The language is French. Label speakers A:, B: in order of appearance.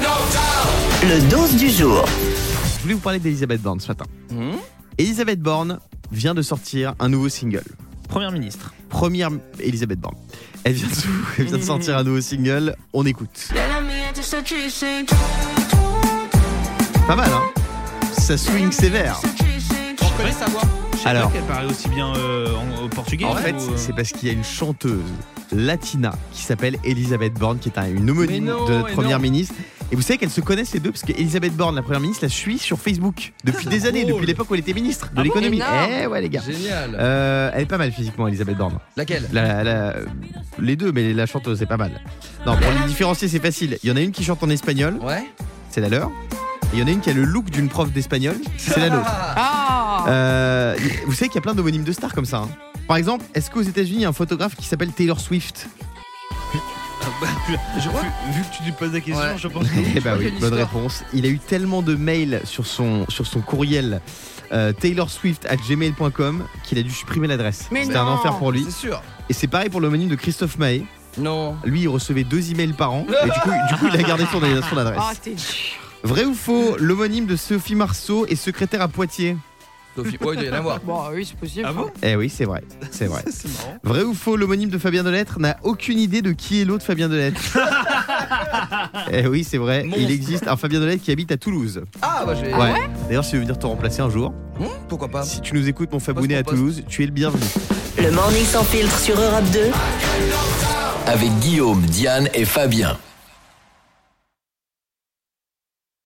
A: Le dose du jour.
B: Je voulais vous parler d'Elisabeth Borne ce matin. Elisabeth Borne vient de sortir un nouveau single.
C: Première ministre.
B: Première Elisabeth Borne. Elle vient de, elle vient de sortir un nouveau single. On écoute. Pas mal, hein Ça swing sévère.
C: On connaît sa voix.
B: Alors.
C: Alors, qu'elle parlait aussi bien euh, en, au portugais.
B: En fait,
C: ou, euh,
B: c'est parce qu'il y a une chanteuse latina qui s'appelle Elisabeth Borne, qui est un- une homonyme
C: Mais non,
B: de notre
C: mais
B: première
C: non.
B: ministre. Et vous savez qu'elles se connaissent les deux, parce qu'Elisabeth Borne, la première ministre, la suit sur Facebook depuis des années,
D: drôle.
B: depuis l'époque où elle était ministre de
C: Ah bon
B: l'économie.
D: Énorme.
B: eh ouais, les gars.
D: Génial.
B: Euh, elle est pas mal physiquement, Elisabeth Borne.
D: Laquelle
B: La- la- les deux, mais la chanteuse, c'est pas mal. Non, pour les différencier, c'est facile. Il y en a une qui chante en espagnol,
D: Ouais.
B: c'est la leur. Et il y en a une qui a le look d'une prof d'espagnol, c'est la nôtre.
D: Ah,
E: Ah
B: Euh, vous savez qu'il y a plein d'homonymes de stars comme ça. hein. Par exemple, est-ce qu'aux États-Unis, il y a un photographe qui s'appelle Taylor Swift
D: Je vois.
C: vu, vu que tu lui poses la question,
D: Ouais.
C: je pense que.
B: Eh bah
D: crois
B: oui,
D: qu'il y a
B: bonne
D: l'histoire.
B: réponse. Il a eu tellement de mails sur son, sur son courriel euh, Taylor Swift at gmail.com qu'il a dû supprimer l'adresse.
E: Mais
B: C'était un
E: non.
B: enfer pour lui.
D: C'est sûr.
B: Et c'est pareil pour l'homonyme de Christophe Maé.
D: Non.
B: Lui, il recevait deux emails par an. Et du coup, du coup, il a gardé son, son adresse.
E: Ah, t'es dur.
B: Vrai ou faux, l'homonyme de Sophie Marceau est secrétaire à Poitiers
D: Sophie. Ouais, il doit y en avoir.
E: Bon, oui, c'est possible.
C: Ah bon
B: Eh oui, c'est vrai, c'est vrai.
C: C'est marrant.
B: Vrai ou faux, l'homonyme de Fabien Delettre n'a aucune idée de qui est l'autre Fabien Delettre Eh oui, c'est vrai, il
D: Monstre.
B: existe un Fabien Delettre qui habite à Toulouse.
D: Ah bah je vais.
B: Ouais. D'ailleurs, si tu veux venir te remplacer un jour,
D: Hum, pourquoi pas
B: si tu nous écoutes, mon Fabounet à
D: Poste pour
B: Toulouse, tu es le bienvenu.
A: Le morning sans filtre sur Europe 2.
F: Avec Guillaume, Diane et Fabien.